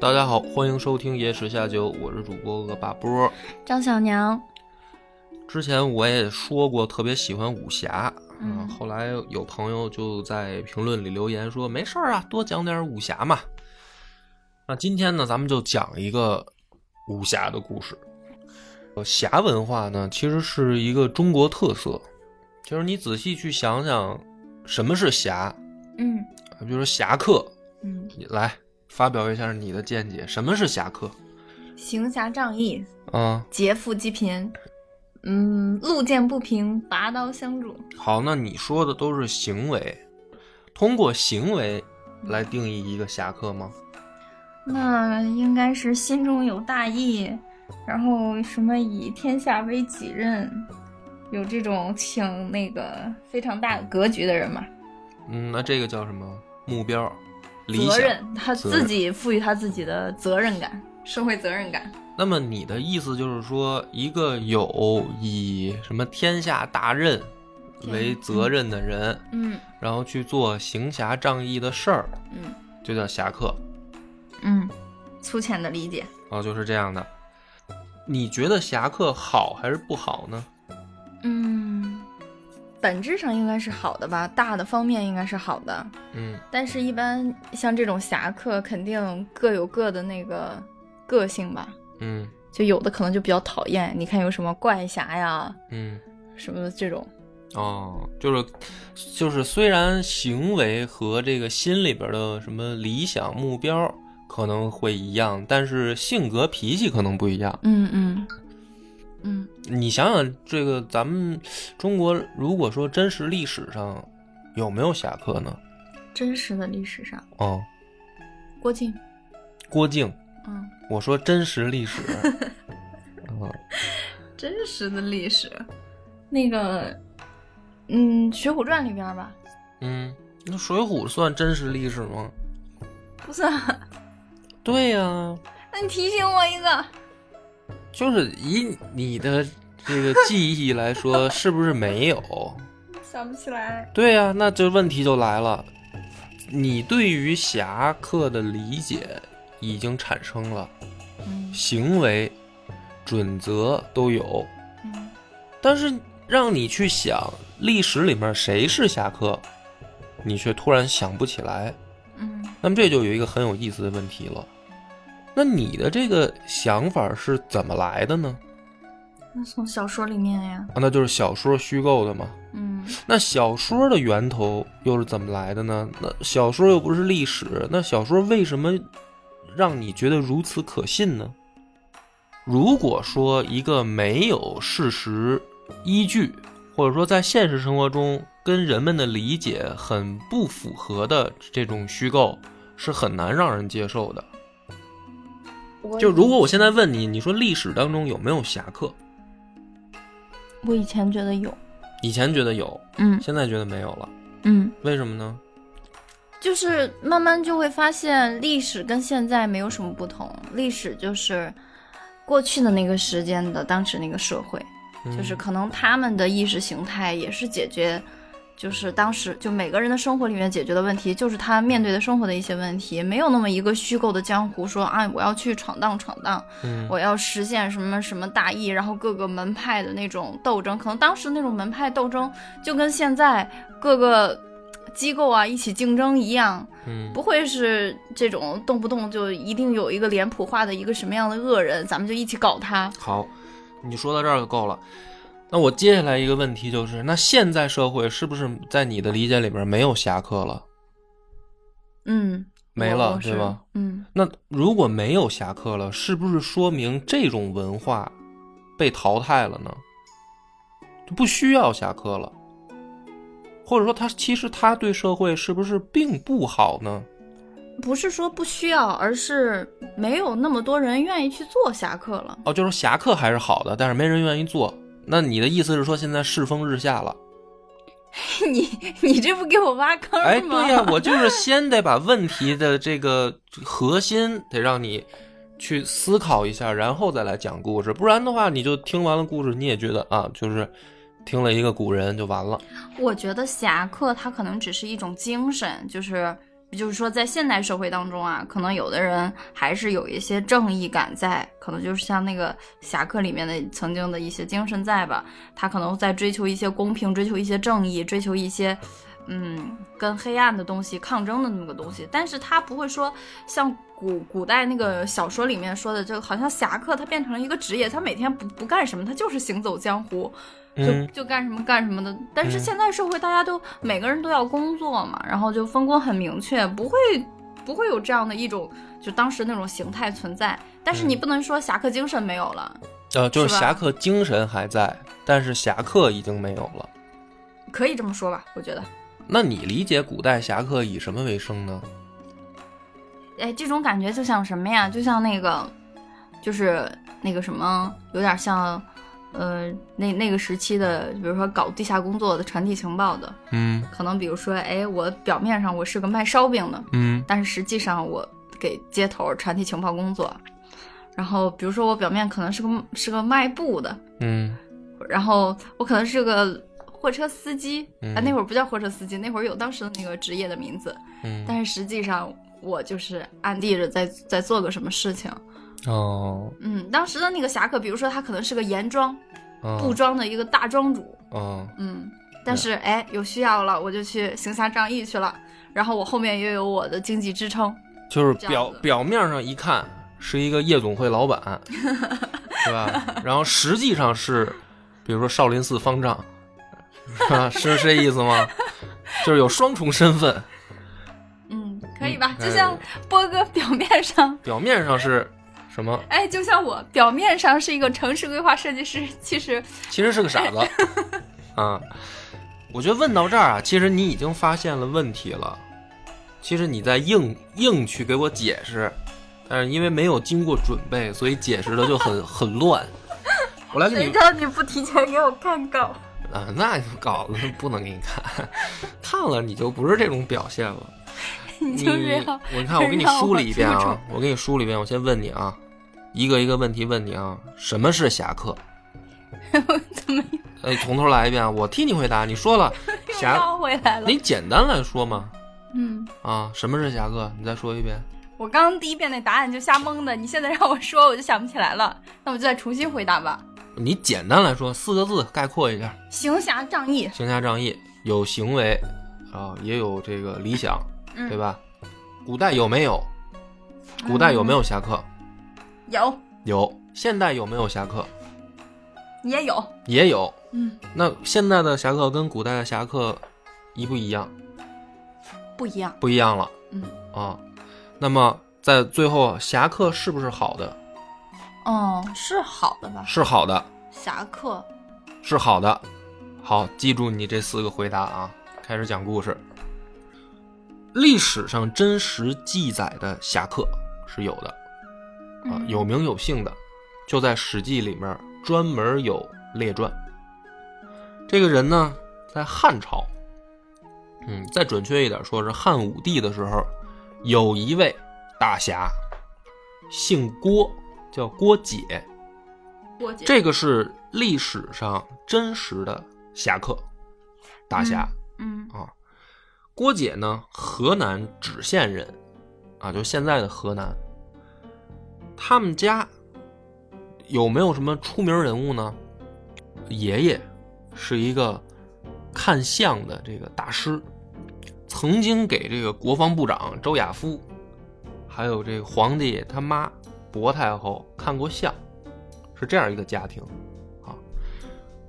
大家好，欢迎收听《野史下酒》，我是主播恶霸波。张小娘，之前我也说过，特别喜欢武侠。嗯后来有朋友就在评论里留言说：“没事儿啊，多讲点武侠嘛。”那今天呢，咱们就讲一个武侠的故事。呃侠文化呢，其实是一个中国特色。就是你仔细去想想，什么是侠？嗯比如说侠客，嗯，你来发表一下你的见解，什么是侠客？行侠仗义，啊、劫富济贫，嗯，路见不平拔刀相助。好，那你说的都是行为，通过行为来定义一个侠客吗？那应该是心中有大义，然后什么以天下为己任，有这种挺那个非常大的格局的人嘛，嗯，那这个叫什么目标、理责想？任，他责自己赋予他自己的责任感，社会责任感。那么你的意思就是说，一个有以什么天下大任为责任的人，嗯然后去做行侠仗义的事儿，嗯就叫侠客嗯，粗浅的理解，啊，就是这样的。你觉得侠客好还是不好呢？嗯，本质上应该是好的吧，大的方面应该是好的。嗯，但是，一般像这种侠客，肯定各有各的那个个性吧。嗯就有的可能就比较讨厌，你看有什么怪侠呀，嗯。什么这种，哦，就是，就是，虽然行为和这个心里边的什么理想目标可能会一样，但是性格脾气可能不一样。嗯嗯嗯，你想想，这个咱们中国如果说真实历史上有没有侠客呢？真实的历史上，哦，郭靖，郭靖，嗯，我说真实历史，嗯真实的历史，那个，嗯，《水浒传》里边吧，嗯，那《水浒》算真实历史吗？不算，对呀、 那你提醒我一个，就是以你的这个记忆来说，是不是没有？想不起来，对呀、那这问题就来了，你对于侠客的理解已经产生了，嗯行为准则都有，嗯，但是让你去想历史里面谁是侠客，你却突然想不起来。嗯那么这就有一个很有意思的问题了，那你的这个想法是怎么来的呢？那从小说里面呀，啊，那就是小说虚构的嘛。嗯那小说的源头又是怎么来的呢？那小说又不是历史，那小说为什么让你觉得如此可信呢？如果说一个没有事实依据，或者说在现实生活中跟人们的理解很不符合的这种虚构，是很难让人接受的。我就如果我现在问你，你说历史当中有没有侠客？我以前觉得有，以前觉得有，嗯现在觉得没有了，嗯。为什么呢？就是慢慢就会发现，历史跟现在没有什么不同。历史就是过去的那个时间的当时那个社会，嗯就是可能他们的意识形态也是解决，就是当时就每个人的生活里面解决的问题，就是他面对的生活的一些问题，没有那么一个虚构的江湖说啊，我要去闯荡闯荡，嗯我要实现什么什么大义，然后各个门派的那种斗争，可能当时那种门派斗争就跟现在各个呃机构啊一起竞争一样，嗯不会是这种动不动就一定有一个脸谱化的一个什么样的恶人，咱们就一起搞他。好，你说到这儿就够了。那我接下来一个问题就是，那现在社会是不是在你的理解里边没有侠客了？嗯，没我了我是对吧？嗯，那如果没有侠客了，是不是说明这种文化被淘汰了呢？就不需要侠客了，或者说他其实他对社会是不是并不好呢？不是说不需要，而是没有那么多人愿意去做侠客了。 哦，就是侠客还是好的，但是没人愿意做。那你的意思是说，现在世风日下了？你你这不给我挖坑 吗？哎，对呀、我就是先得把问题的这个核心得让你去思考一下，然后再来讲故事，不然的话，你就听完了故事，你也觉得啊，就是听了一个古人就完了。我觉得侠客他可能只是一种精神，就是就是说在现代社会当中啊，可能有的人还是有一些正义感在，可能就是像那个侠客里面的曾经的一些精神在吧，他可能在追求一些公平，追求一些正义，追求一些。嗯，跟黑暗的东西抗争的那么个东西，但是他不会说像古古代那个小说里面说的，就好像侠客他变成了一个职业，他每天不不干什么，他就是行走江湖，就嗯就干什么干什么的。但是嗯现在社会，大家都每个人都要工作嘛，然后就分工很明确，不会不会有这样的一种就当时那种形态存在。但是你嗯不能说侠客精神没有了，呃，就是是吧侠客精神还在，但是侠客已经没有了。可以这么说吧？我觉得，那你理解古代侠客以什么为生呢？哎，这种感觉就像什么呀？就像那个，就是那个什么，有点像。呃，那那个时期的，比如说搞地下工作的、传递情报的，嗯可能比如说，哎，我表面上我是个卖烧饼的，嗯但是实际上我给街头传递情报工作。然后比如说我表面可能是个是个卖布的，嗯然后我可能是个货车司机，啊嗯那会儿不叫货车司机，那会儿有当时的那个职业的名字，嗯。但是实际上我就是暗地着在在做个什么事情。哦，嗯，当时的那个侠客，比如说他可能是个盐庄布嗯庄的一个大庄主，嗯嗯，但是哎，有需要了我就去行侠仗义去了，然后我后面又有我的经济支撑，就是这样表子表面上一看是一个夜总会老 板，是吧？然后实际上是，比如说少林寺方丈，是吧？是是这意思吗？就是有双重身份，嗯，可以吧？嗯就像波哥表面上，表面上是什么？哎，就像我表面上是一个城市规划设计师，其实其实是个傻子 啊。我觉得问到这儿啊，其实你已经发现了问题了。其实你在硬硬去给我解释，但是因为没有经过准备，所以解释的就很很乱。我来给谁你知道你不提前给我看稿？啊，那稿子不能给你看，看了你就不是这种表现了。 你你就是要我看我给你让梳我理一遍出啊丑，我给你梳理一遍，我先问你啊，一个一个问题问你啊，什么是侠 客？怎么哎，从头来一遍啊，我替你回答。你说了 又侠，绕回来了？你简单来说嘛，嗯，啊，什么是侠客？你再说一遍。我刚刚第一遍那答案就瞎蒙的，你现在让我说我就想不起来了，那我就再重新回答吧。你简单来说四个字概括一下：行侠仗义，行侠仗义，有行为，啊，也有这个理想，嗯对吧？古代有没有？古代有没有侠客？嗯有有。现代有没有侠客？也有，也有。嗯，那现在的侠客跟古代的侠客一不一样？不一样，不一样了。嗯啊，那么在最后，侠客是不是好的？哦，是好的吧？是好的，侠客，是好的。好，记住你这四个回答啊，开始讲故事。历史上真实记载的侠客是有的啊，嗯有名有姓的，就在《史记》里面专门有列传。这个人呢，在汉朝，嗯，再准确一点说是汉武帝的时候，有一位大侠，姓郭，叫郭解。郭姐这个是历史上真实的侠客，大侠、嗯啊。郭解呢，河南潘县人，啊，就现在的河南。他们家有没有什么出名人物呢？爷爷是一个看相的这个大师，曾经给这个国防部长周亚夫，还有这个皇帝他妈薄太后看过相，是这样一个家庭啊。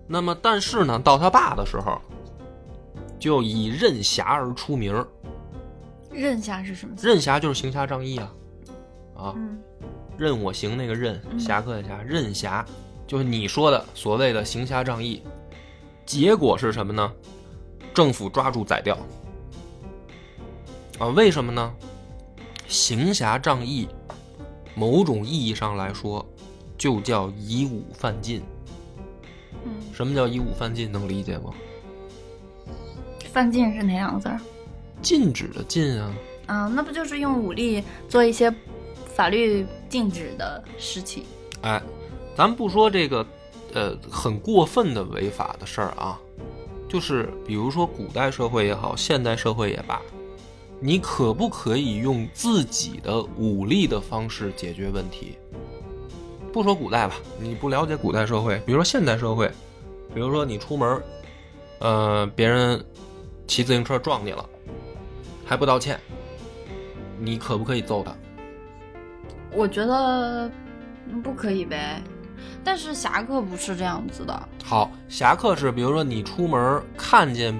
那么，但是呢，到他爸的时候，就以任侠而出名儿。任侠是什么？任侠就是行侠仗义啊，啊，嗯任我行那个任，嗯侠客的侠，任侠就是你说的所谓的行侠仗义。结果是什么呢？政府抓住宰掉。啊，为什么呢？行侠仗义某种意义上来说，就叫以武犯禁。嗯，什么叫以武犯禁？能理解吗？犯禁是哪两个字儿？禁止的禁啊，啊，那不就是用武力做一些法律禁止的事情？哎，咱不说这个，呃，很过分的违法的事儿啊，就是比如说古代社会也好，现代社会也罢，你可不可以用自己的武力的方式解决问题？不说古代吧，你不了解古代社会，比如说现代社会，比如说你出门儿，呃，别人骑自行车撞你了，还不道歉，你可不可以揍他？我觉得嗯不可以呗。但是侠客不是这样子的，好，侠客是比如说你出门儿看见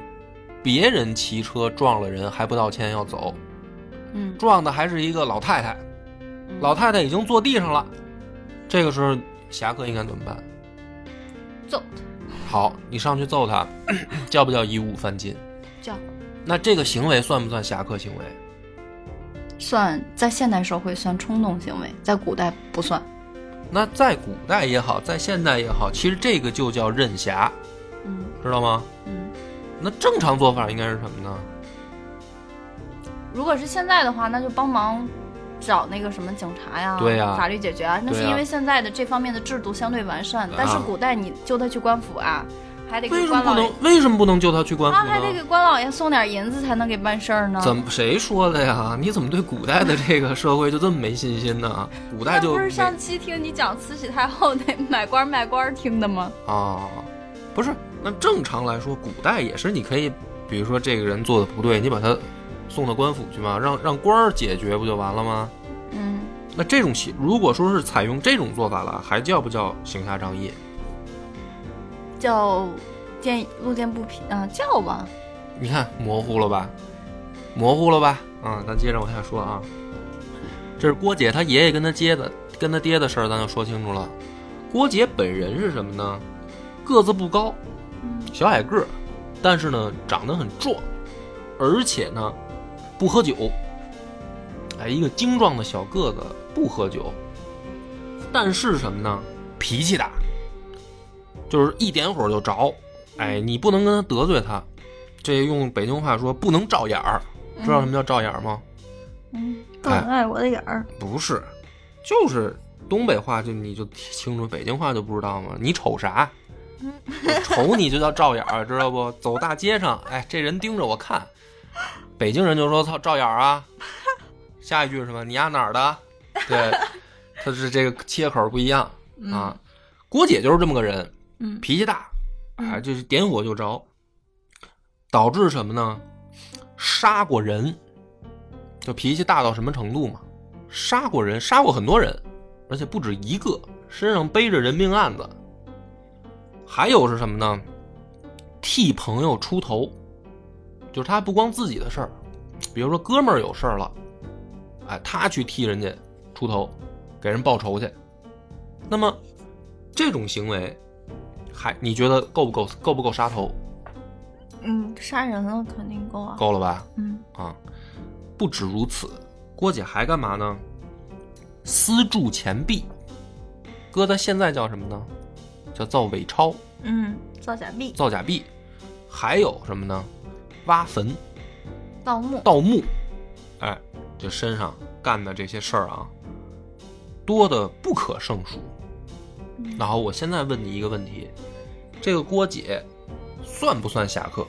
别人骑车撞了人还不道歉要走，嗯，撞的还是一个老太太，嗯老太太已经坐地上了，这个时候侠客应该怎么办？揍好，你上去揍他， 叫不叫以武犯禁？叫那这个行为算不算侠客行为？算在现代社会算冲动行为，在古代不算。那在古代也好，在现代也好，其实这个就叫任侠，嗯知道吗？嗯，那正常做法应该是什么呢？如果是现在的话，那就帮忙找那个什么警察呀，对呀法律解决啊。那是对呀因为现在的这方面的制度相对完善，啊但是古代你就得去官府啊，还得为给什么官不老爷能，为什么不能叫他去官府啊，呢？还得给官老爷送点银子才能给办事儿呢。怎么谁说的呀？ 你怎么对古代的这个社会就这么没信心呢？古代就那不是没上期听你讲慈禧太后那买官卖官听的吗？啊，不是。那正常来说，古代也是你可以，比如说这个人做的不对，你把他送到官府去嘛，让让官儿解决不就完了吗？嗯，那这种行，如果说是采用这种做法了，还叫不叫行侠仗义？叫见路见不平啊，叫吧。你看模糊了吧？模糊了吧？啊、咱接着往下说啊。这是郭姐她爷爷跟她爹的跟她爹的事儿，咱就说清楚了。郭姐本人是什么呢？个子不高，嗯小矮个儿，但是呢长得很壮，而且呢不喝酒。哎，一个精壮的小个子不喝酒，但是什么呢？脾气大，就是一点火就着。哎，你不能跟他得罪他，这用北京话说不能照眼儿。知道什么叫照眼儿吗？嗯，瞪哎爱我的眼儿。不是，就是东北话就你就清楚，北京话就不知道吗？你瞅啥？我瞅你就叫照眼 儿，知道不？走大街上，哎，这人盯着我看，北京人就说操照眼儿啊。下一句是什么？你丫哪儿的？对， 他是这个切口不一样啊。郭姐就是这么个人，嗯脾气大，嗯啊，就是点火就着，导致什么呢？杀过人，就脾气大到什么程度嘛？杀过人，杀过很多人，而且不止一个，身上背着人命案子。还有是什么呢？替朋友出头，就是他不光自己的事儿，比如说哥们儿有事儿了，哎，他去替人家出头，给人报仇去。那么这种行为，还你觉得够不够够不够杀头？嗯，杀人了肯定够啊。够了吧？嗯啊，不止如此，郭姐还干嘛呢？私铸钱币，搁在现在叫什么呢？叫造伪钞、嗯，造假币、造假币，还有什么呢？挖坟、盗墓。盗墓，哎，这身上干的这些事儿啊，多的不可胜数。嗯然后我现在问你一个问题：这个郭姐算不算侠客？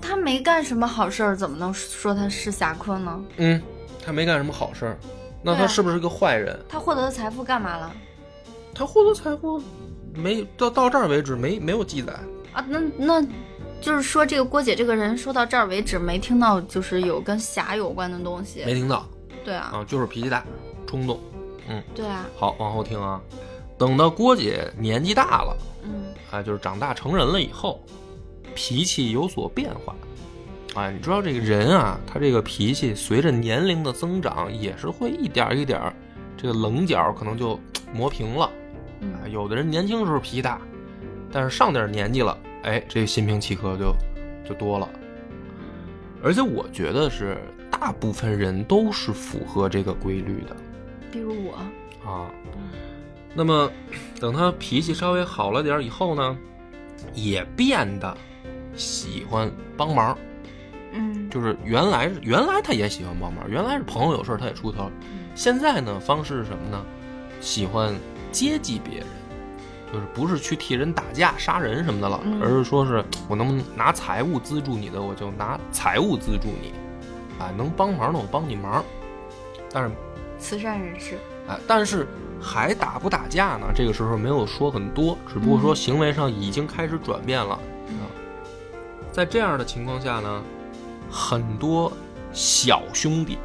他没干什么好事儿，怎么能说他是侠客呢？嗯，她没干什么好事儿，那对她啊是不是个坏人？他获得的财富干嘛了？他获得财富没到到这儿为止没没有记载，啊，那那就是说，这个郭姐这个人说到这儿为止，没听到就是有跟侠有关的东西。没听到对啊，啊，就是脾气大，冲动。对啊，好，往后听啊，等到郭姐年纪大了，嗯啊，就是长大成人了以后，脾气有所变化。啊，你知道这个人啊，他这个脾气随着年龄的增长，也是会一点儿一点儿，这个棱角可能就磨平了。啊嗯，有的人年轻时候脾气大，但是上点儿年纪了，哎，这心平气和就就多了。而且我觉得是大部分人都是符合这个规律的，比如我，啊。那么，等他脾气稍微好了点儿以后呢，也变得喜欢帮忙。嗯就是原来原来他也喜欢帮忙，原来是朋友有事儿他也出头，现在呢方式是什么呢？喜欢接济别人，就是不是去替人打架杀人什么的了，嗯而是说是我能不能拿财务资助你的，我就拿财务资助你，啊，能帮忙的我帮你忙，但是慈善人士，啊，但是还打不打架呢？这个时候没有说很多，只不过说嗯行为上已经开始转变了。啊，在这样的情况下呢，很多小兄弟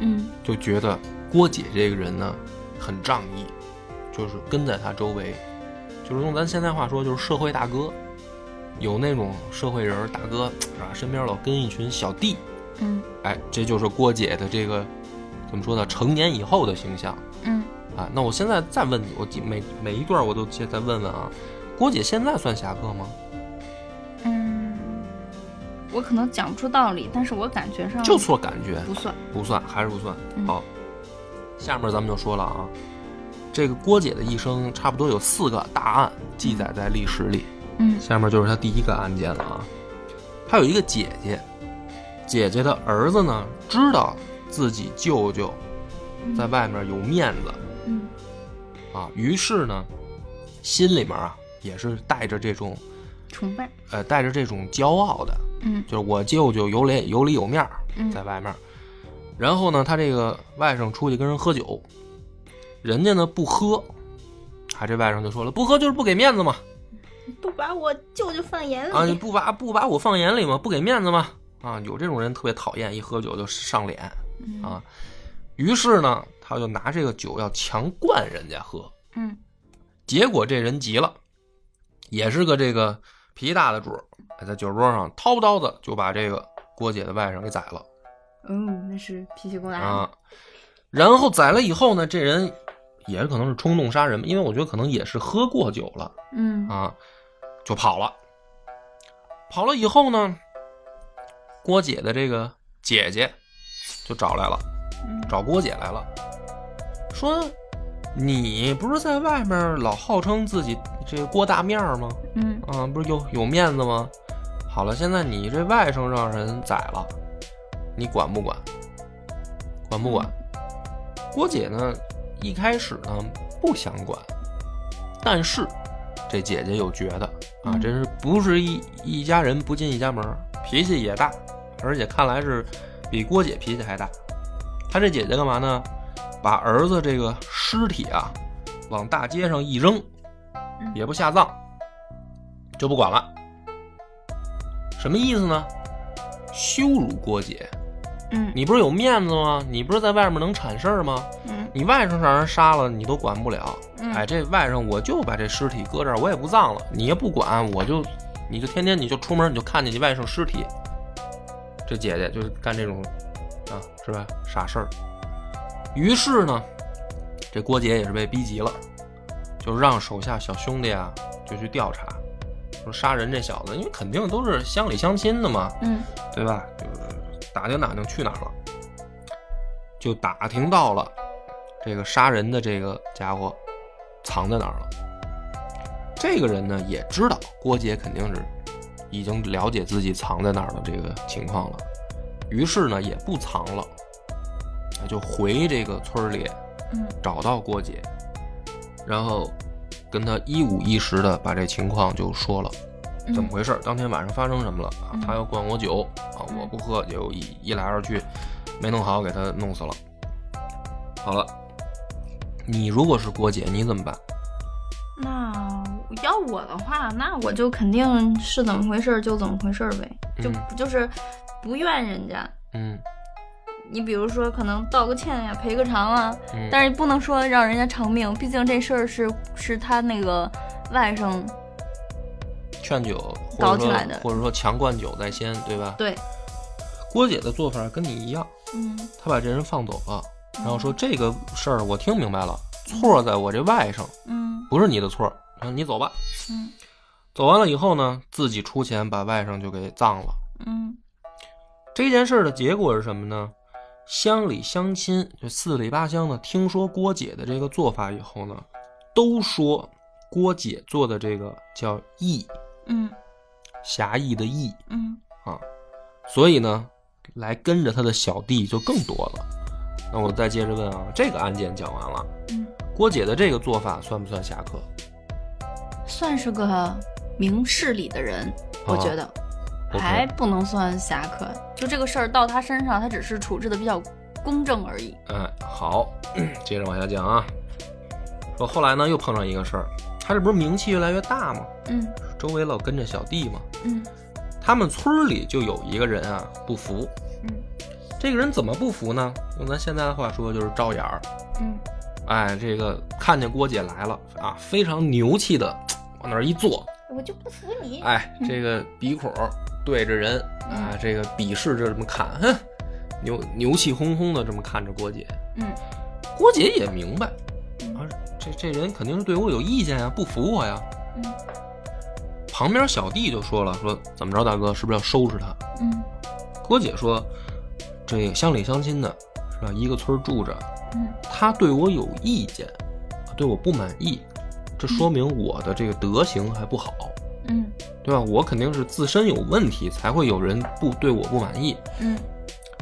嗯就觉得郭姐这个人呢很仗义，就是跟在她周围，就是用咱现在话说就是社会大哥，有那种社会人儿大哥啊，身边老跟一群小弟，嗯哎，这就是郭姐的这个怎么说呢？成年以后的形象。嗯啊，那我现在再问你，我记每每一段我都接再问问啊，郭姐现在算侠客吗？嗯，我可能讲不出道理，但是我感觉上就算感觉嗯不算，不算，还是不算。嗯好，下面咱们就说了啊，这个郭姐的一生差不多有四个大案记载在历史里，嗯下面就是她第一个案件了啊。她有一个姐姐，姐姐的儿子呢知道自己舅舅在外面有面子，嗯啊，于是呢，心里面啊也是带着这种崇拜，呃带着这种骄傲的，嗯就是我舅舅有脸有里有面儿嗯在外面儿。然后呢，他这个外甥出去跟人喝酒，人家呢不喝，啊，这外甥就说了，不喝就是不给面子嘛，不把我舅舅放眼啊，你不把不把我放眼里嘛，不给面子嘛，啊，有这种人特别讨厌，一喝酒就上脸啊。于是呢，他就拿这个酒要强灌人家喝，嗯结果这人急了，也是个这个脾气大的主儿，哎在酒桌上掏刀子就把这个郭姐的外甥给宰了嗯，那是脾气过来啊。然后宰了以后呢，这人也可能是冲动杀人，因为我觉得可能也是喝过酒了嗯啊，就跑了。跑了以后呢，郭姐的这个姐姐就找来了，嗯找郭姐来了，说：“你不是在外面老号称自己这郭大面儿吗？嗯啊，不是有有面子吗？好了，现在你这外甥让人宰了，你管不管？管不管？郭姐呢，一开始呢不想管，但是这姐姐有觉得啊，嗯这是不是一一家人不进一家门儿，脾气也大，而且看来是比郭姐脾气还大。她这姐姐干嘛呢？把儿子这个尸体啊，往大街上一扔，嗯也不下葬，就不管了。什么意思呢？羞辱郭姐，嗯你不是有面子吗？你不是在外面能铲事儿吗？嗯你外甥让人杀了，你都管不了。嗯哎，这外甥我就把这尸体搁这儿，我也不葬了，你也不管，我就，你就天天你就出门你就看见你外甥尸体。这姐姐就是干这种，啊，是吧？傻事儿。于是呢，这郭姐也是被逼急了，就让手下小兄弟啊就去调查，说杀人这小子，因为肯定都是乡里乡亲的嘛，嗯对吧？就是打听打听去哪儿了，就打听到了这个杀人的这个家伙藏在哪儿了。这个人呢也知道郭姐肯定是已经了解自己藏在哪儿的这个情况了，于是呢也不藏了，就回这个村儿里嗯找到郭姐，然后跟她一五一十的把这情况就说了。嗯怎么回事儿？当天晚上发生什么了啊嗯？他要灌我酒啊，我不喝，就一一来二去，没弄好，给他弄死了。好了，你如果是郭姐，你怎么办？那要我的话，那我就肯定是怎么回事儿就怎么回事儿呗，就嗯就是不怨人家。嗯你比如说，可能道个歉呀、赔个偿啊，嗯，但是不能说让人家偿命，毕竟这事儿是是他那个外甥劝酒或搞者起说来的或者说强灌酒在先，对吧？对，郭姐的做法跟你一样，嗯她把这人放走了，然后说这个事儿我听明白了，错在我这外甥，嗯不是你的错儿，然后你走吧。嗯走完了以后呢，自己出钱把外甥就给葬了。嗯这件事儿的结果是什么呢？乡里乡亲，就四里八乡的，听说郭姐的这个做法以后呢，都说郭姐做的这个叫义，嗯侠义的义，嗯所以呢，来跟着他的小弟就更多了。那我再接着问啊，这个案件讲完了，嗯，郭姐的这个做法算不算侠客？算是个明事理的人，我觉得。哦 OK 还不能算侠客，就这个事儿到他身上，他只是处置的比较公正而已。哎，好， 接着往下讲啊。说后来呢，又碰上一个事儿，他这不是名气越来越大吗？嗯周围老跟着小弟嘛。嗯他们村儿里就有一个人啊不服，嗯这个人怎么不服呢？用咱现在的话说就是招眼儿。嗯哎，这个看见郭姐来了啊，非常牛气的往那儿一坐，我就不服你哎，这个鼻孔对着人啊，这个鄙视着这么看，哼，牛牛气哄哄的这么看着郭姐。嗯郭姐也明白嗯啊，这这人肯定是对我有意见呀、不服我呀。嗯旁边小弟就说了，说怎么着，大哥是不是要收拾他？嗯郭姐说，这乡里乡亲的，是吧？一个村儿住着，嗯他对我有意见，对我不满意，这说明我的这个德行还不好，嗯对吧？我肯定是自身有问题，才会有人不对我不满意。嗯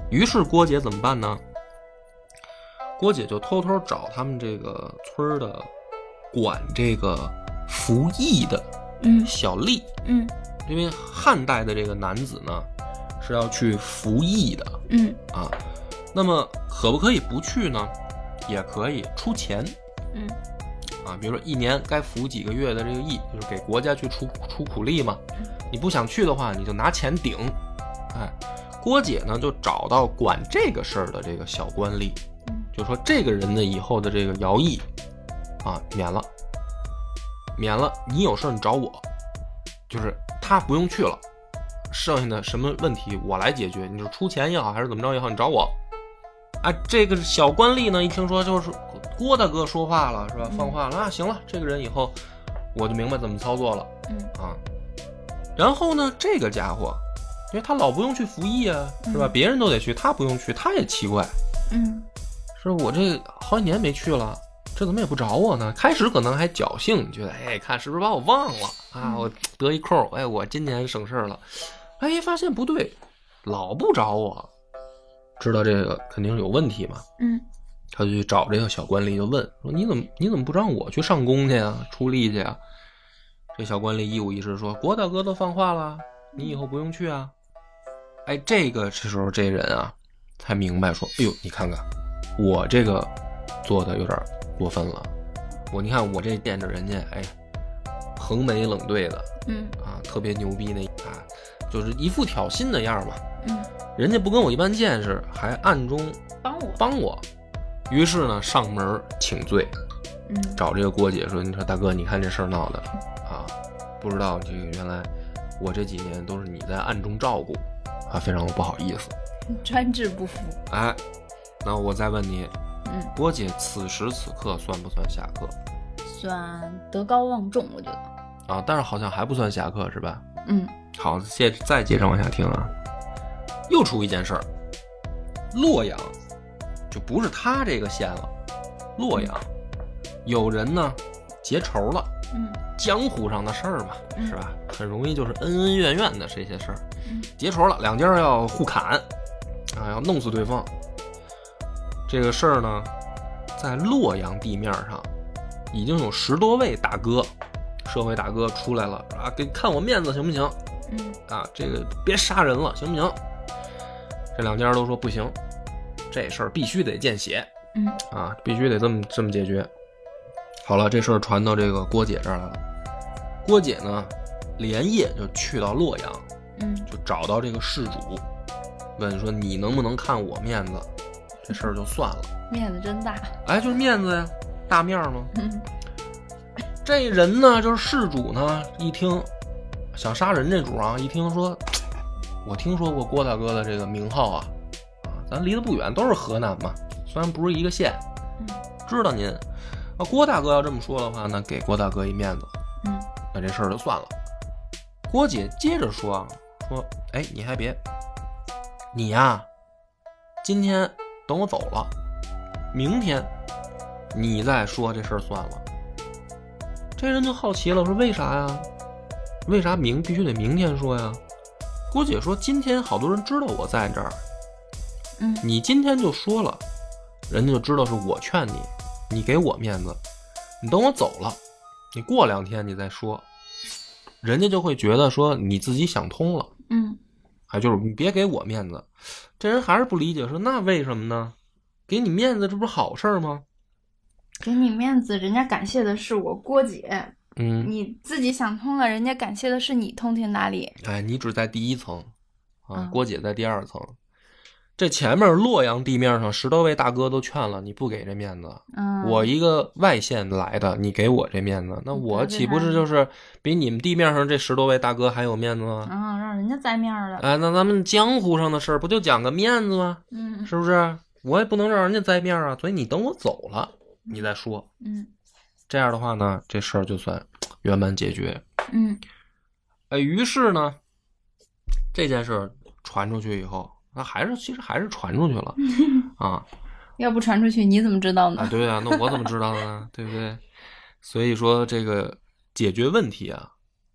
于是郭姐怎么办呢？郭姐就偷偷找他们这个村儿的管这个服役的嗯小吏，嗯因为汉代的这个男子呢是要去服役的嗯啊。那么可不可以不去呢？也可以出钱嗯啊，比如说一年该服几个月的这个役，就是给国家去出出苦力嘛。你不想去的话，你就拿钱顶。哎，郭姐呢就找到管这个事儿的这个小官吏，就说这个人的以后的这个徭役啊免了，免了，你有事儿你找我，就是他不用去了，剩下的什么问题我来解决，你是出钱也好还是怎么着也好，你找我。啊，这个小官吏呢，一听说就是郭大哥说话了，是吧？嗯放话了啊，行了，这个人以后我就明白怎么操作了嗯啊。然后呢，这个家伙，因为他老不用去服役啊，是吧？嗯别人都得去，他不用去，他也奇怪，嗯是我这好几年没去了，这怎么也不找我呢？开始可能还侥幸，觉得哎，看是不是把我忘了啊？嗯我得一空，哎，我今年省事儿了。哎，发现不对，老不找我，知道这个肯定是有问题嘛。嗯他就去找这个小官吏，就问说：“你怎么你怎么不让我去上工去啊，出力去啊？”这小官吏一五一十说：“郭大哥都放话了，你以后不用去啊。”哎，这个这时候这人啊，才明白说：“哎呦，你看看，我这个做的有点过分了。我你看我这见着人家，哎，横眉冷对的嗯啊，特别牛逼那啊，就是一副挑衅的样儿嘛。嗯，人家不跟我一般见识，还暗中帮我帮我。于是呢，上门请罪，嗯找这个郭姐说：“你说大哥，你看这事儿闹的啊，不知道这个原来我这几年都是你在暗中照顾啊，非常不好意思。专制不服。哎，那我再问你，嗯，郭姐此时此刻算不算侠客算德高望重，我觉得。啊？但是好像还不算侠客是吧？嗯好，接再接着往下听啊，又出一件事儿，洛阳就不是他这个县了，洛阳有人呢结仇了，嗯江湖上的事儿嘛，嗯是吧？很容易就是恩恩怨怨的这些事儿嗯，结仇了，两家儿要互砍，啊，要弄死对方。这个事儿呢，在洛阳地面上已经有十多位大哥，社会大哥出来了啊，给看我面子行不行？嗯啊，这个别杀人了，行不行？这两家都说不行，这事儿必须得见血嗯啊，必须得这么这么解决。好了，这事儿传到这个郭姐这儿来了，郭姐呢，连夜就去到洛阳，嗯就找到这个事主，问说你能不能看我面子，这事儿就算了。面子真大。哎，就是面子呀，大面儿嘛。嗯这人呢，就是事主呢，一听想杀人这主啊，一听说，我听说过郭大哥的这个名号啊，啊，咱离得不远，都是河南嘛，虽然不是一个县，嗯知道您。啊，郭大哥要这么说的话呢，给郭大哥一面子，嗯那这事儿就算了。郭姐接着说啊，说，哎，你还别，你呀、今天等我走了，明天你再说这事儿算了。这人就好奇了，说为啥呀？为啥明必须得明天说呀？郭姐说今天好多人知道我在这儿，嗯你今天就说了，人家就知道是我劝你，你给我面子，你等我走了，你过两天你再说，人家就会觉得说你自己想通了。嗯啊，就是你别给我面子。这人还是不理解，说那为什么呢？给你面子这不是好事儿吗？给你面子，人家感谢的是我郭姐，嗯，你自己想通了，人家感谢的是你通情达理。哎，你只在第一层，啊嗯，郭姐在第二层。这前面洛阳地面上十多位大哥都劝了，你不给这面子，嗯，我一个外县来的，你给我这面子，那嗯我得罪岂不他是就是比你们地面上这十多位大哥还有面子吗？嗯让人家栽面儿了。哎，那咱们江湖上的事儿不就讲个面子吗？嗯是不是？我也不能让人家栽面儿啊，所以你等我走了，你再说。嗯这样的话呢，这事儿就算圆满解决。嗯哎，于是呢，这件事儿传出去以后，那还是其实还是传出去了 啊要不传出去你怎么知道啊，呢？对啊，那我怎么知道呢？ 对不对？所以说这个解决问题啊，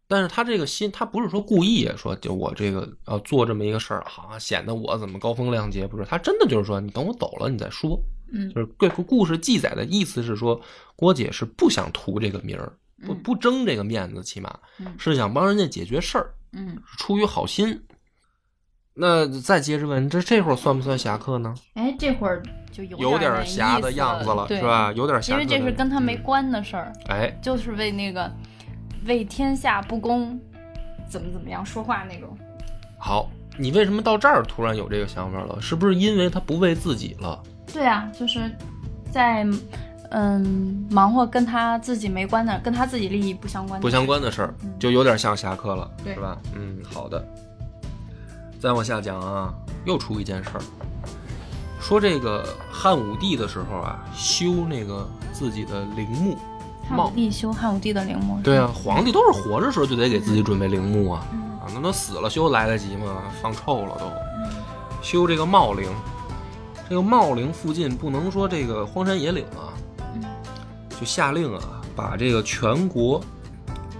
但是他这个心，他不是说故意啊说就我这个要做这么一个事儿，好像显得我怎么高风亮节，不是？他真的就是说，你等我走了你再说。嗯就是这个故事记载的意思是说，郭姐是不想图这个名儿，不嗯不争这个面子，起码嗯是想帮人家解决事儿，嗯，是出于好心。那再接着问，这这会儿算不算侠客呢？哎，这会儿就有有点点侠的样子了，对是？吧？有点侠因客的为样子，这是跟他没嗯。关的事儿，哎，就是为那个为天下不公怎么怎么样说话那种。好，你为什么到这儿突然有这个想法了？是不是因为他不为自己了？对啊，就是在嗯忙活跟他自己没关的，跟他自己利益不相关的不相关的事儿，就有点像侠客了，嗯对是吧？嗯，好的。再往下讲啊，又出一件事儿，说这个汉武帝的时候啊，修那个自己的陵墓，汉武帝修汉武帝的陵墓。对啊，皇帝都是活着时候就得给自己准备陵墓啊，嗯啊，那都死了修来得及吗？放臭了都。修这个茂陵，这个茂陵附近不能说这个荒山野岭啊，嗯就下令啊，把这个全国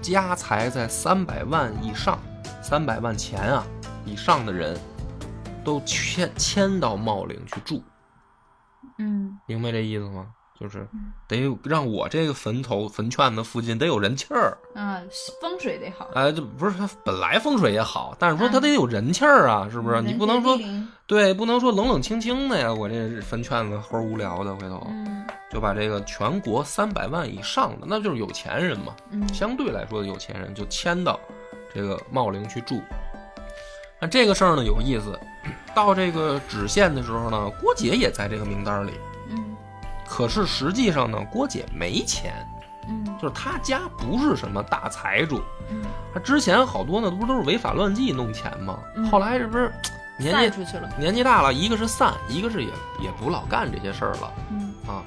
家财在三百万以上、三百万钱啊以上的人，都迁迁到茂陵去住，嗯明白这意思吗？就是嗯得有让我这个坟头坟圈子附近得有人气儿，啊，风水得好，哎，这不是它本来风水也好，但是说它嗯得有人气儿啊，是不是？你人不能杰地说灵对，不能说冷冷清清的呀，我这坟圈子齁无聊的，回头嗯就把这个全国三百万以上的，那就是有钱人嘛，嗯相对来说的有钱人就迁到这个茂陵去住。那这个事儿呢有意思，到这个知县的时候呢，郭姐也在这个名单里，嗯可是实际上呢，郭姐没钱，嗯就是她家不是什么大财主，嗯，她之前好多呢不都是违法乱纪弄钱吗嗯？后来这不是年纪散出去了，年纪大了，一个是散，一个是也也不老干这些事儿了嗯啊，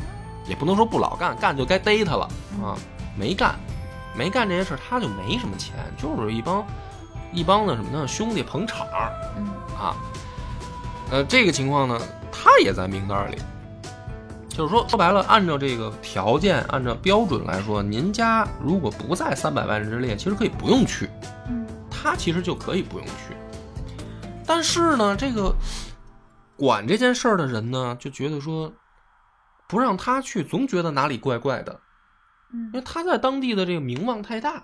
也不能说不老干，干就该逮他了啊，没干，没干这些事儿，他就没什么钱，就是一帮一帮的什么呢兄弟捧场儿嗯啊，呃，这个情况呢，他也在名单里，就是说说白了，按照这个条件，按照标准来说，您家如果不在三百万之列，其实可以不用去，嗯他其实就可以不用去。但是呢，这个管这件事儿的人呢，就觉得说不让他去，总觉得哪里怪怪的，因为嗯他在当地的这个名望太大。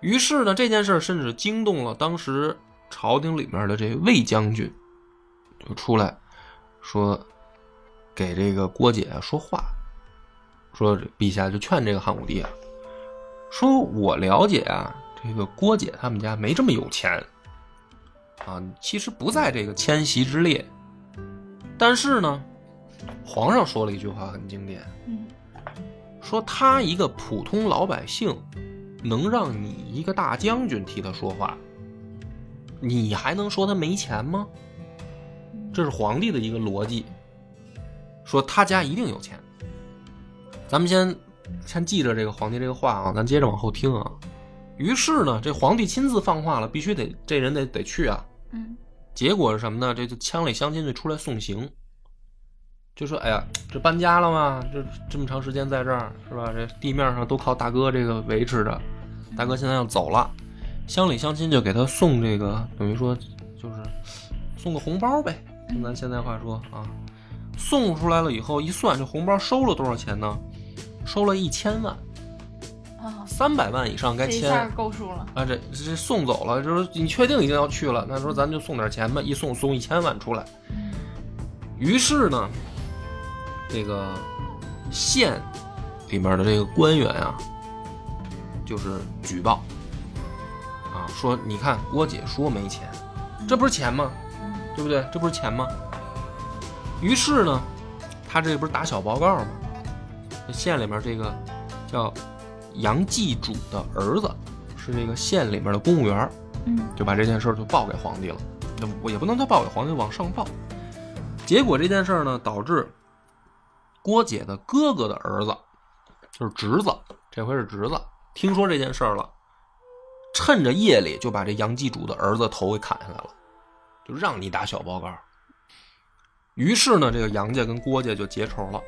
于是呢，这件事儿甚至惊动了当时朝廷里面的这魏将军，就出来说给这个郭姐说话，说陛下就劝这个汉武帝啊，说我了解啊，这个郭姐他们家没这么有钱啊，其实不在这个迁徙之列。但是呢，皇上说了一句话很经典，嗯说他一个普通老百姓，能让你一个大将军替他说话，你还能说他没钱吗？这是皇帝的一个逻辑，说他家一定有钱。咱们先先记着这个皇帝这个话啊，咱接着往后听啊。于是呢，这皇帝亲自放话了，必须得这人得得去啊。嗯结果是什么呢？这就乡里乡亲就出来送行，就说哎呀，这搬家了嘛，这这么长时间在这儿是吧？这地面上都靠大哥这个维持着，大哥现在要走了，乡里乡亲就给他送这个，等于说就是送个红包呗，用咱现在话说啊，送出来了以后一算，这红包收了多少钱呢？收了一千万，哦啊，三百万以上该这一签。下够数了，啊，这这送走了，就是你确定已经要去了，那说咱就送点钱吧，一送送一千万出来。于是呢，这个县里面的这个官员啊，就是举报啊，说你看郭姐说没钱，这不是钱吗？对不对？这不是钱吗？于是呢，他这不是打小报告吗？这县里面这个叫杨继主的儿子，是那个县里面的公务员儿，嗯就把这件事儿就报给皇帝了。那我也不能叫报给皇帝，往上报。结果这件事儿呢，导致郭姐的哥哥的儿子，就是侄子，这回是侄子，听说这件事儿了，趁着夜里就把这杨继主的儿子头给砍下来了，就让你打小报告。于是呢，这个杨家跟郭家就结仇了。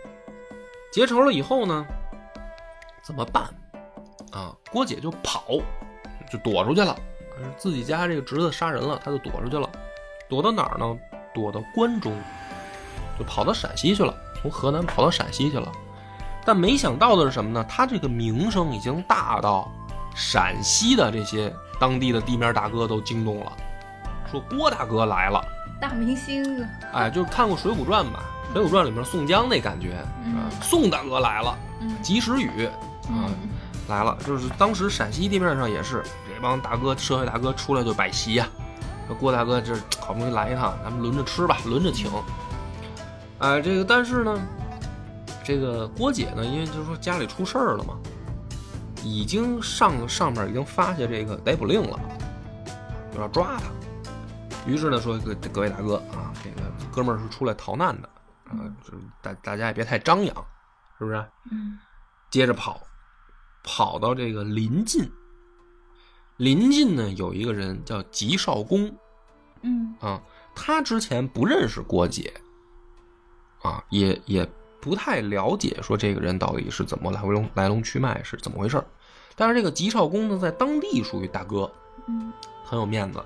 结仇了以后呢，怎么办？啊，郭姐就跑，就躲出去了。自己家这个侄子杀人了，她就躲出去了。躲到哪儿呢？躲到关中，就跑到陕西去了，从河南跑到陕西去了。但没想到的是什么呢？她这个名声已经大到陕西的这些当地的地面大哥都惊动了，说郭大哥来了。大明星啊，哎，就是看过《水浒传》吧，《水浒传》里面宋江那感觉，啊，宋大哥来了，嗯及时雨嗯啊、来了，就是当时陕西地面上也是，这帮大哥社会大哥出来就摆席呀、说郭大哥这好不容易来一趟，咱们轮着吃吧，轮着请。哎，这个但是呢，这个郭姐呢，因为就是说家里出事儿了嘛，已经上上面已经发下这个逮捕令了，就要抓他。于是呢，说各各位大哥啊，这个哥们儿是出来逃难的啊，就是大大家也别太张扬，是啊不是？嗯接着跑，跑到这个临近，临近呢有一个人叫吉少公嗯啊，他之前不认识郭姐，啊，也也不太了解说这个人到底是怎么来回龙来龙去脉是怎么回事儿但是这个吉少公呢，在当地属于大哥，嗯很有面子。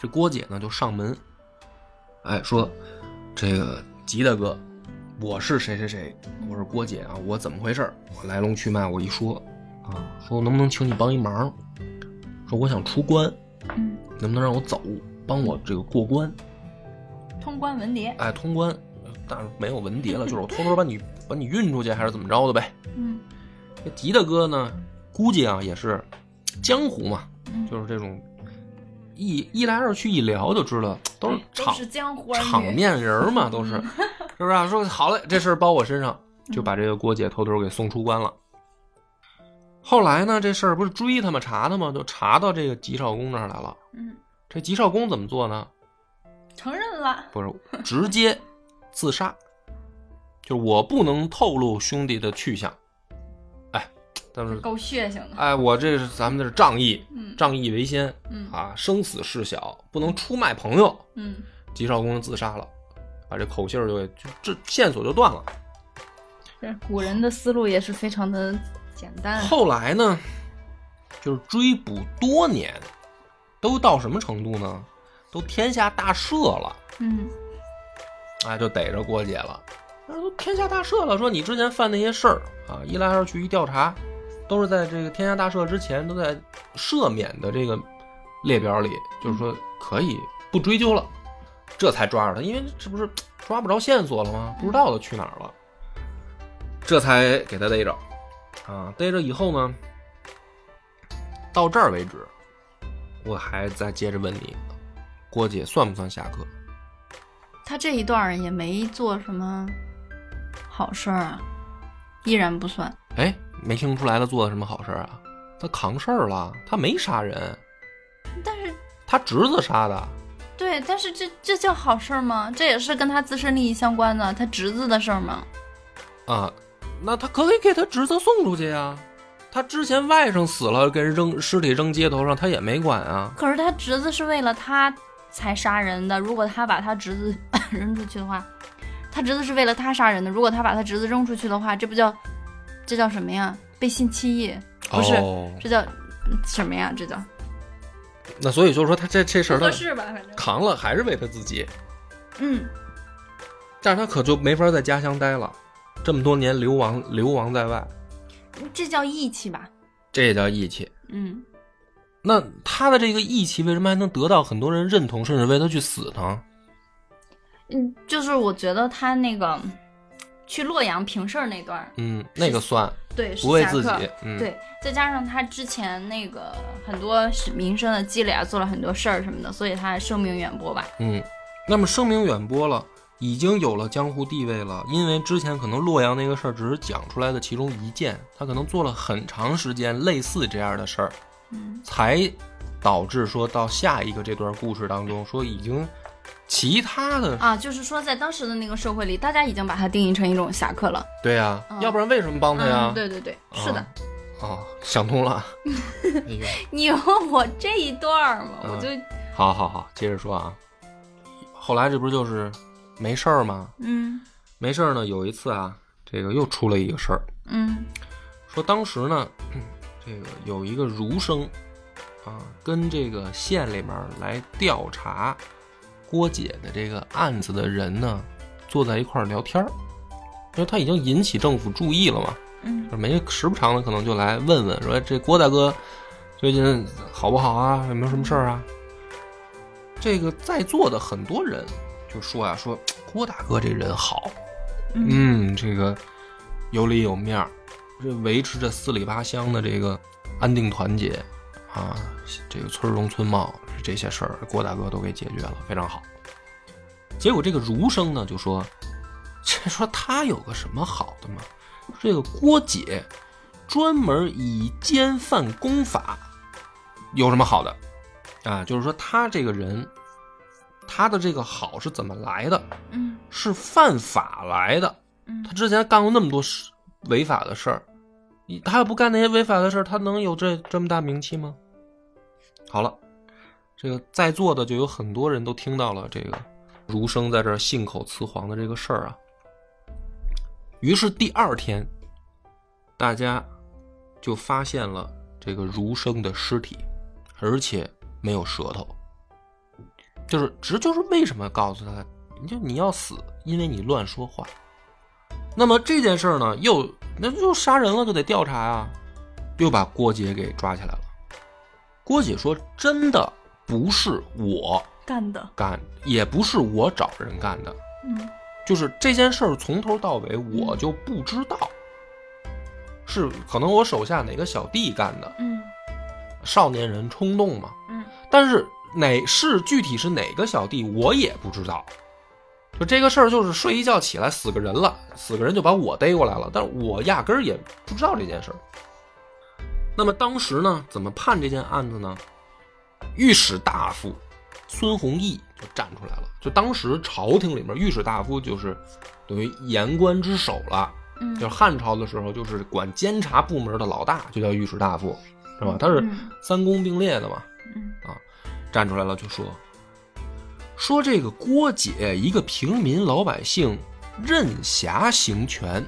这郭姐呢就上门，哎，说这个吉大哥，我是谁谁谁，我是郭姐啊，我怎么回事儿？我来龙去脉我一说啊，说能不能请你帮一忙？说我想出关，嗯能不能让我走，帮我这个过关？通关文牒，哎，通关，但是没有文牒了，就是我偷偷把你把你运出去，还是怎么着的呗？嗯这迪大哥呢，估计啊也是江湖嘛，嗯就是这种一一来二去一聊就知道，都是哎都场是嗯江湖儿女场面人儿嘛，都是， 是不是、啊？说好嘞，这事儿包我身上，嗯就把这个郭姐偷偷给送出关了。后来呢，这事儿不是追他吗？查他吗？就查到这个吉少公那儿来了。嗯，这吉少公怎么做呢？承认了， 不是直接自杀，就是我不能透露兄弟的去向。哎，但是够血性的，哎，我这是咱们这是仗义，嗯仗义为先嗯啊，生死事小，不能出卖朋友。嗯吉少公自杀了，把这口信儿就给就这线索就断了。是古人的思路也是非常的简单，后来呢，就是追捕多年，都到什么程度呢？都天下大赦了，嗯哎，就逮着郭姐了。那都天下大赦了，说你之前犯那些事儿啊，一来二去一调查，都是在这个天下大赦之前都在赦免的这个列表里，就是说可以不追究了，这才抓着他，因为这不是抓不着线索了吗？不知道他去哪儿了，这才给他逮着啊！逮着以后呢，到这儿为止，我还再接着问你，郭姐算不算下课？他这一段儿也没做什么好事儿啊，依然不算。哎，没听出来他做的什么好事儿啊？他扛事儿了，他没杀人，但是，他侄子杀的。对，但是这这叫好事儿吗？这也是跟他自身利益相关的，他侄子的事儿吗？啊，那他可以给他侄子送出去呀、他之前外甥死了，给人扔尸体扔街头上，他也没管啊。可是他侄 子是为了他才杀人的，如果他把他侄子扔出去的话，他侄子是为了他杀人的，如果他把他侄子扔出去的话，这不叫这叫什么呀？背信弃义，不是哦，这叫什么呀？这叫那所以就是说他这这事不儿他合适吧？反正扛了，还是为他自己，嗯，但是他可就没法在家乡待了，这么多年流亡流亡在外，这叫义气吧？这也叫义气。嗯，那他的这个义气为什么还能得到很多人认同，甚至为他去死呢？嗯，就是我觉得他那个去洛阳平事儿那段儿，嗯，那个算对，是不为侠自己客，嗯，对，再加上他之前那个很多是名声的积累啊，做了很多事儿什么的，所以他声名远播吧。嗯，那么声名远播了，已经有了江湖地位了。因为之前可能洛阳那个事儿只是讲出来的其中一件，他可能做了很长时间类似这样的事儿，嗯，才导致说到下一个这段故事当中，说已经其他的，啊，就是说在当时的那个社会里，大家已经把他定义成一种侠客了。对呀、嗯要不然为什么帮他呀嗯，？对对对，是的。啊，哦，想通 了。哎呦，你问我这一段儿嘛，嗯我就好好好，接着说啊。后来这不就是没事儿吗？嗯没事儿呢。有一次啊，这个又出了一个事儿。嗯说当时呢，嗯这个有一个儒生啊，跟这个县里面来调查郭姐的这个案子的人呢，坐在一块儿聊天儿，因为他已经引起政府注意了嘛，嗯就是没时不常的可能就来问问说这郭大哥最近好不好啊？有没有什么事儿啊？这个在座的很多人就说呀、说郭大哥这人好，嗯，这个有里有面儿，这维持着四里八乡的这个安定团结啊，这个村容村貌这些事儿，郭大哥都给解决了，非常好。结果这个儒生呢就说：“ 这说他有个什么好的吗？这个郭姐专门以奸犯公法，有什么好的？啊，就是说他这个人，他的这个好是怎么来的？嗯是犯法来的。嗯他之前干过那么多事违法的事儿，你他要不干那些违法的事儿，他能有这这么大名气吗？好了，这个在座的就有很多人都听到了这个儒生在这儿信口雌黄的这个事儿啊。于是第二天，大家就发现了这个儒生的尸体，而且没有舌头。就是，这就是为什么告诉他，你就你要死，因为你乱说话。那么这件事儿呢，又那又杀人了，就得调查啊，又把郭姐给抓起来了。郭姐说：“真的不是我干的。干，也不是我找人干的，嗯就是这件事儿从头到尾我就不知道，是可能我手下哪个小弟干的。嗯少年人冲动嘛，嗯，但是哪是具体是哪个小弟，我也不知道。就这个事儿，就是睡一觉起来死个人了，死个人就把我逮过来了，但是我压根儿也不知道这件事儿。那么当时呢，怎么判这件案子呢？御史大夫孙弘毅就站出来了，就当时朝廷里面御史大夫就是等于言官之首了，嗯就是汉朝的时候就是管监察部门的老大就叫御史大夫，是吧？他是嗯三公并列的嘛，嗯啊，站出来了就说，说这个郭姐一个平民老百姓任侠行权，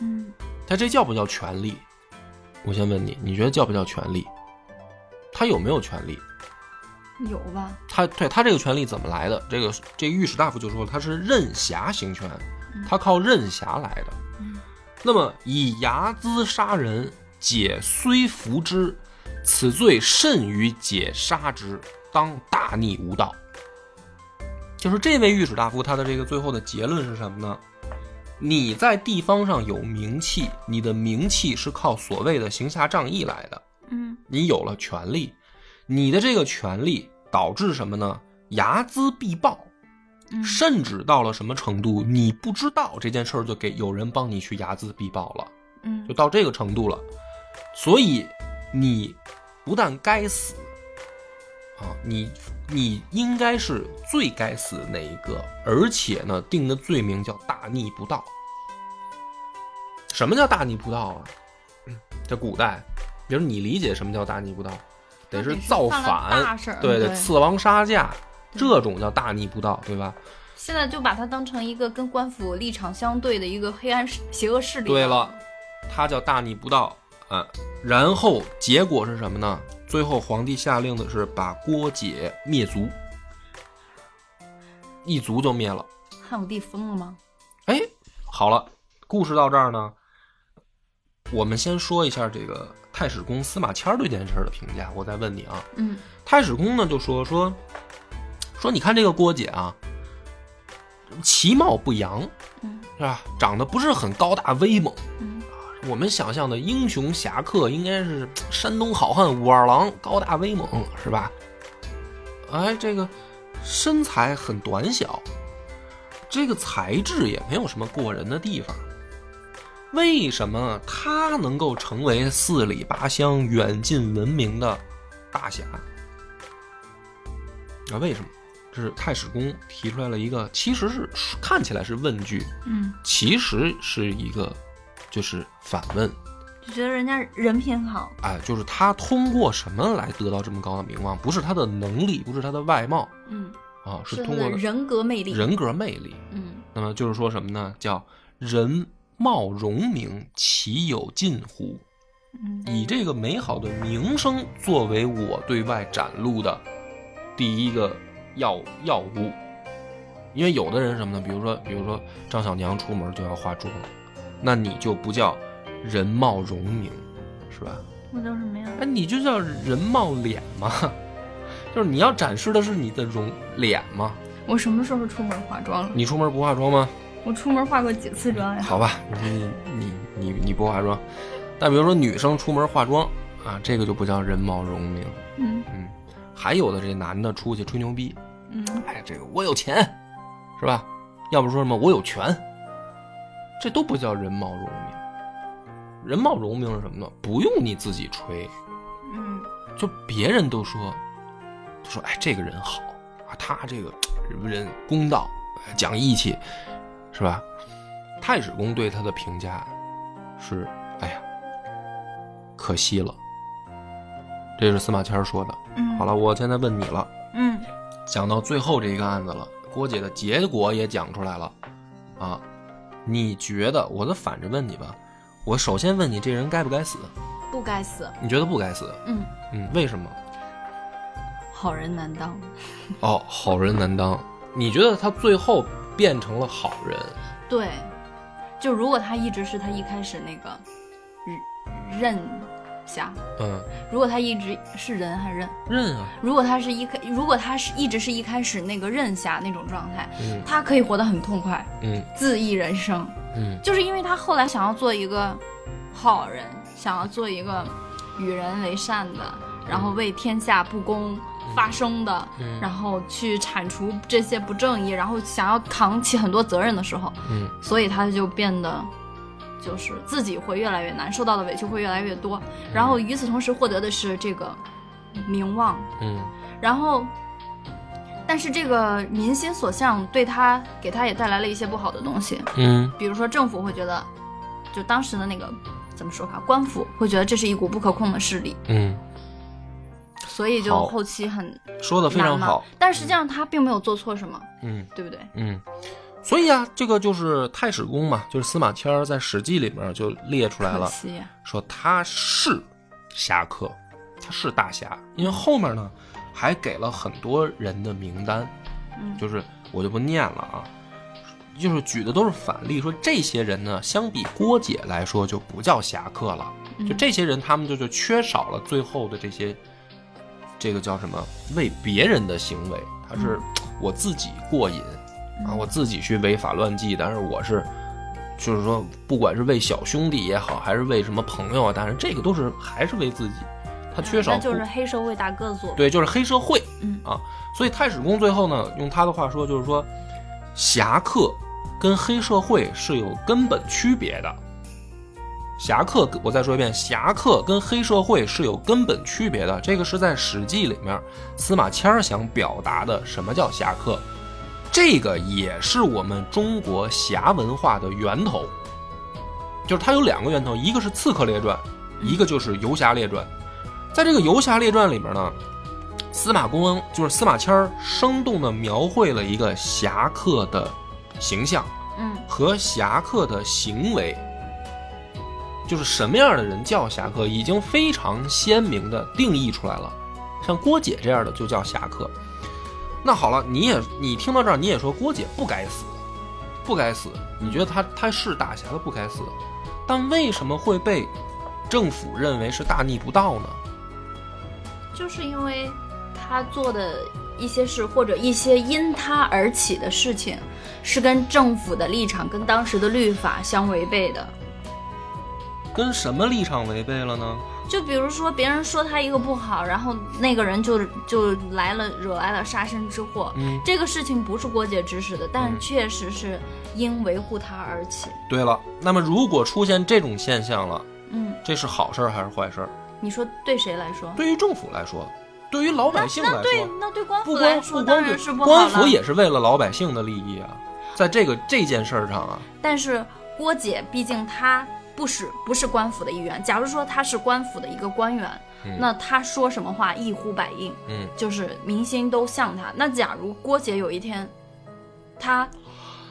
嗯他这叫不叫权利？我先问你，你觉得叫不叫权利？他有没有权利？有吧？他对他这个权利怎么来的？这个这个御史大夫就说了他是任侠行权，他靠任侠来的。那么以睚眦杀人，解虽服之，此罪甚于解杀之，当大逆无道。就是这位御史大夫他的这个最后的结论是什么呢？你在地方上有名气，你的名气是靠所谓的行侠仗义来的。嗯你有了权利，你的这个权利导致什么呢？睚眦必报，嗯甚至到了什么程度，你不知道这件事儿就给有人帮你去睚眦必报了，嗯就到这个程度了。所以你不但该死啊，你你应该是最该死的那一个，而且呢，定的罪名叫大逆不道。什么叫大逆不道啊？这古代，比如你理解什么叫大逆不道，得是得是造犯了反，大事儿嗯对对刺王杀驾，对这种叫大逆不道，对吧？现在就把它当成一个跟官府立场相对的一个黑暗势、邪恶势力。对了，，他叫大逆不道啊。然后结果是什么呢？最后皇帝下令的是把郭解灭族，一族就灭了。汉武帝疯了吗？哎，好了，故事到这儿呢，我们先说一下这个太史公司马迁儿对这件事儿的评价。我再问你啊，嗯，太史公呢就说说说，你看这个郭姐啊，其貌不扬，嗯是吧？长得不是很高大威猛，嗯我们想象的英雄侠客应该是山东好汉武二郎，高大威猛，是吧？哎，这个身材很短小，这个才智也没有什么过人的地方。为什么他能够成为四里八乡远近闻名的大侠？啊，为什么？这是太史公提出来了一个，其实是看起来是问句，嗯，其实是一个就是反问，就觉得人家人品好，哎，就是他通过什么来得到这么高的名望？不是他的能力，不是他的外貌嗯，啊，是他通过的人格魅力，人格魅力。嗯那么就是说什么呢？叫人貌荣名，岂有近乎？嗯以这个美好的名声作为我对外展露的第一个要要务。因为有的人是什么呢？比如说，比如说张小娘出门就要化妆，那你就不叫人貌荣名，是吧？我就是没有哎，你就叫人貌脸嘛， 就是你要展示的是你的容脸嘛。我什么时候出门化妆了？你出门不化妆吗？我出门化过几次妆呀？好吧，你你你你不化妆，但比如说女生出门化妆啊，这个就不叫人貌荣名。嗯嗯，还有的这男的出去吹牛逼，嗯，哎，这个我有钱，是吧？要不说什么我有权，这都不叫人貌荣名。人貌荣名是什么呢？不用你自己吹，嗯，就别人都说，都说哎这个人好啊，他这个人公道，哎讲义气，是吧？太史公对他的评价是，哎呀，可惜了。这是司马迁儿说的。嗯好了，我现在问你了。嗯，讲到最后这个案子了，郭姐的结果也讲出来了，啊，你觉得我就反着问你吧，我首先问你这人该不该死？不该死，你觉得不该死？嗯，嗯，为什么？好人难当。哦，好人难当。你觉得他最后变成了好人？对，就如果他一直是他一开始那个任任侠，嗯，如果他一直是人还任，认啊，如果他是一开，如果他是一直是一开始那个任侠那种状态，嗯他可以活得很痛快，嗯恣意人生，嗯就是因为他后来想要做一个好人，想要做一个与人为善的，然后为天下不公发声的，嗯然后去铲除这些不正义，然后想要扛起很多责任的时候，嗯所以他就变得。就是自己会越来越难，受到的委屈会越来越多，然后与此同时获得的是这个名望，嗯然后，但是这个民心所向对他给他也带来了一些不好的东西，嗯比如说政府会觉得，就当时的那个怎么说法，官府会觉得这是一股不可控的势力，嗯，所以就好后期很说的非常难嘛好。。但实际上他并没有做错什么，嗯对不对？嗯，所以啊，这个就是太史公嘛，就是司马迁儿在《史记》里面就列出来可了。惜，说他是侠客，他是大侠，因为后面呢还给了很多人的名单，嗯就是我就不念了啊，就是举的都是反例，说这些人呢，相比郭姐来说就不叫侠客了，嗯就这些人他们就就缺少了最后的这些，这个叫什么为别人的行为，他是嗯我自己过瘾啊，我自己去违法乱纪，但是我是。就是说，不管是为小兄弟也好，还是为什么朋友啊，但是这个都是还是为自己，他缺少嗯那就互是黑社会大个做，对，就是黑社会，嗯啊，所以太史公最后呢，用他的话说，就是说，侠客跟黑社会是有根本区别的。侠客，我再说一遍，侠客跟黑社会是有根本区别的。这个是在《史记》里面司马迁儿想表达的，什么叫侠客？这个也是我们中国侠文化的源头，就是它有两个源头，一个是《刺客列传》，一个就是《游侠列传》。在这个《游侠列传》里面呢，司马光恩就是司马迁儿，生动地描绘了一个侠客的形象嗯和侠客的行为，就是什么样的人叫侠客，已经非常鲜明地定义出来了。像郭姐这样的就叫侠客。那好了，你也你听到这儿，你也说郭姐不该死，不该死，你觉得她她是大侠，她不该死，但为什么会被政府认为是大逆不道呢？就是因为他做的一些事，或者一些因他而起的事情，是跟政府的立场跟当时的律法相违背的。跟什么立场违背了呢？就比如说别人说他一个不好，然后那个人就就来了，惹来了杀身之祸。嗯，这个事情不是郭姐指使的，但嗯确实是因维护他而起。对了，那么如果出现这种现象了，嗯，这是好事儿还是坏事儿？你说对谁来说？对于政府来说，对于老百姓来对说，，那对官不府光来不说光当对然是不好官府了。也是为了老百姓的利益啊，在这个这件事儿上啊，但是郭姐毕竟她不是不是官府的一员，假如说她是官府的一个官员，嗯那她说什么话一呼百应，嗯，就是民心都向她。那假如郭姐有一天，她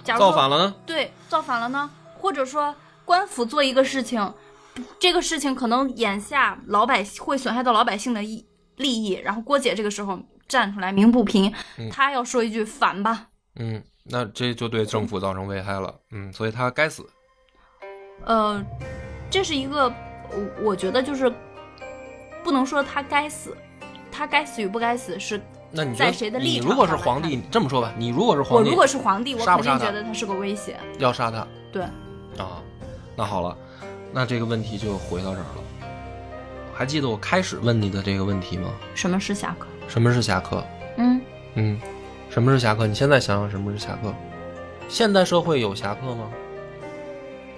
假如造说反了呢？对，造反了呢？或者说官府做一个事情，这个事情可能眼下老百姓会损害到老百姓的益利益，然后郭姐这个时候站出来鸣不平嗯，她要说一句反吧，嗯，那这就对政府造成危害了，嗯，所以他该死。呃，这是一个我我觉得就是不能说她该死，她该死与不该死是那你觉在得谁的你立如场果是上来皇帝，看你这么说吧，你如果是我皇帝，如果是皇帝，我杀肯不杀定觉她得她是个威胁，要杀他对。啊，那好了，那这个问题就回到这儿了。还记得我开始问你的这个问题吗？什么是侠客？什么是侠客？嗯，嗯，什么是侠客？你现在想想什么是侠客？现代社会有侠客吗？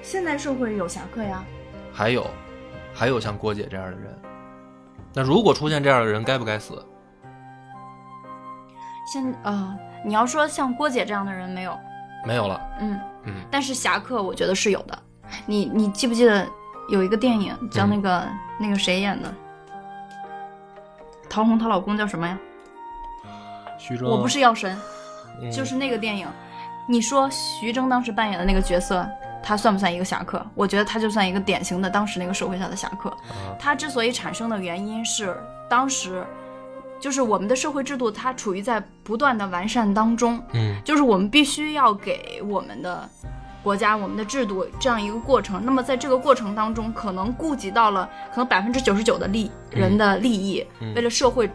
现代社会有侠客呀，还有，还有像郭姐这样的人。那如果出现这样的人，该不该死？现啊、你要说像郭姐这样的人没有，没有了。嗯，嗯但是侠客我觉得是有的。你你记不记得有一个电影叫嗯那个、那个谁演的？陶虹她老公叫什么呀？徐峥，啊我不是药神，嗯，就是那个电影。你说徐峥当时扮演的那个角色，他算不算一个侠客？我觉得他就算一个典型的当时那个社会下的侠客。啊它之所以产生的原因是，当时就是我们的社会制度它处于在不断的完善当中，嗯就是我们必须要给我们的国家、我们的制度这样一个过程。那么在这个过程当中，可能顾及到了可能百分之九十九的利嗯人的利益，嗯为了社会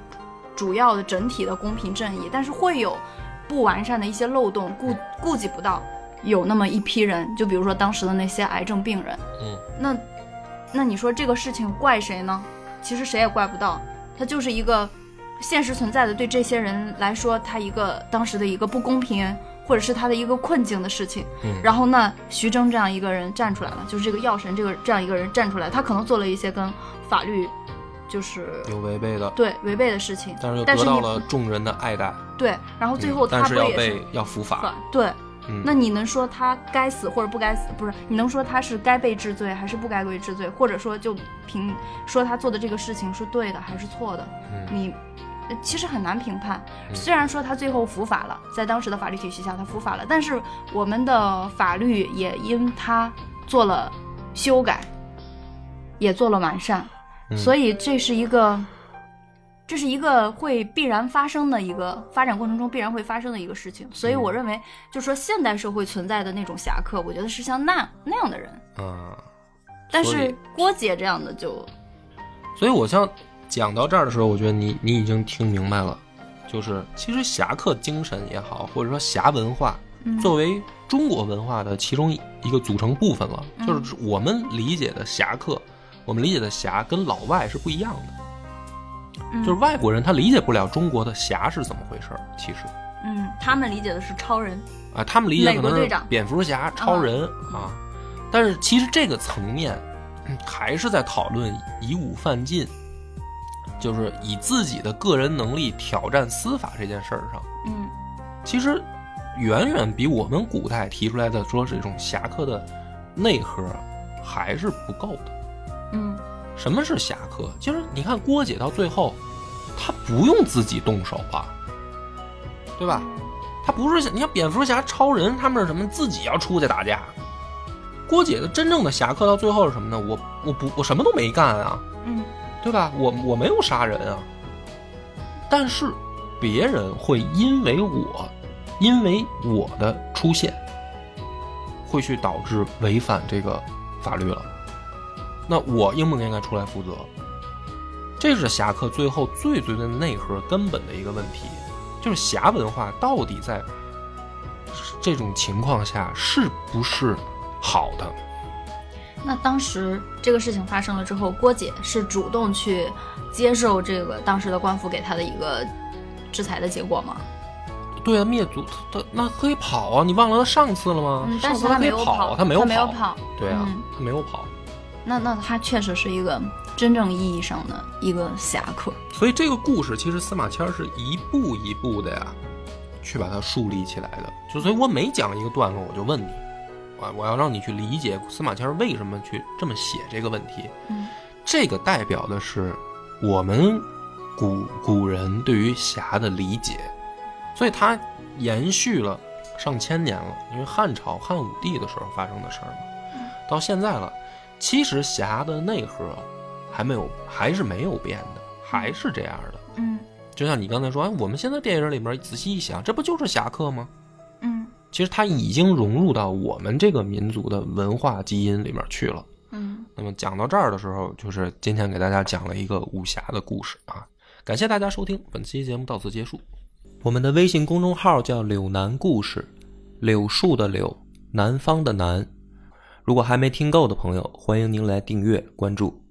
主要的整体的公平正义，但是会有不完善的一些漏洞，嗯顾顾及不到。有那么一批人，就比如说当时的那些癌症病人，嗯，那那你说这个事情怪谁呢？其实谁也怪不到，它就是一个现实存在的，对这些人来说，他一个当时的一个不公平，或者是他的一个困境的事情。嗯然后呢，徐峥这样一个人站出来了，就是这个药神这个这样一个人站出来，他可能做了一些跟法律就是有违背的，对违背的事情，但是又但得是到你了众人的爱戴。对，然后最后嗯他但不是要也被是要伏法。对，嗯，那你能说他该死或者不该死？不是，你能说他是该被治罪还是不该被治罪？或者说就凭说他做的这个事情是对的还是错的？嗯你呃其实很难评判。嗯虽然说他最后伏法了，在当时的法律体系下他伏法了，但是我们的法律也因他做了修改，也做了完善，嗯所以这是一个。这是一个会必然发生的一个发展过程中必然会发生的一个事情，所以我嗯认为，就说现代社会存在的那种侠客，我觉得是像那那样的人，啊，但所以是郭姐这样的就所以我像讲到这儿的时候，我觉得你你已经听明白了，就是其实侠客精神也好，或者说侠文化，作为中国文化的其中一个组成部分了，就是我们理解的侠客，我们理解的侠跟老外是不一样的，嗯就是外国人他理解不了中国的侠是怎么回事儿，其实。嗯，他们理解的是超人，啊，他们理解美可国能是队长嗯蝙蝠侠、超人啊，但是其实这个层面嗯还是在讨论以武犯禁，就是以自己的个人能力挑战司法这件事儿上，嗯其实远远比我们古代提出来的说这种侠客的内核还是不够的。嗯什么是侠客？其实你看郭姐到最后，他不用自己动手啊，对吧？他不是像你像蝙蝠侠、超人他们是什么自己要出去打架。郭姐的真正的侠客到最后是什么呢？我我不我什么都没干啊，嗯，对吧？我我没有杀人啊，但是别人会因为我，因为我的出现，会去导致违反这个法律了。那我应不应该出来负责？这是侠客最后最最最内核根本的一个问题，就是侠文化到底在这种情况下是不是好的？那当时这个事情发生了之后，郭姐是主动去接受这个当时的官府给她的一个制裁的结果吗？对啊，灭族他他那可以跑啊！你忘了他上次了吗？嗯，但上是次他她可以有跑啊，她没有没有跑。跑。对啊，嗯他没有跑。那那她确实是一个真正意义上的一个侠客。所以这个故事其实司马迁儿是一步一步的呀，去把它树立起来的。就所以我每讲一个段落，我就问你，我我要让你去理解司马迁儿为什么去这么写这个问题。嗯，这个代表的是我们古古人对于侠的理解，所以它延续了上千年了，因为汉朝汉武帝的时候发生的事儿嘛，到现在了。其实侠的内核还没有，还是没有变的，还是这样的。嗯就像你刚才说，哎，我们现在电影里面仔细一想，这不就是侠客吗？嗯其实它已经融入到我们这个民族的文化基因里面去了。嗯那么讲到这儿的时候，就是今天给大家讲了一个武侠的故事啊。感谢大家收听，本期节目到此结束。我们的微信公众号叫“柳南故事”，柳树的柳，南方的南。如果还没听够的朋友，欢迎您来订阅关注。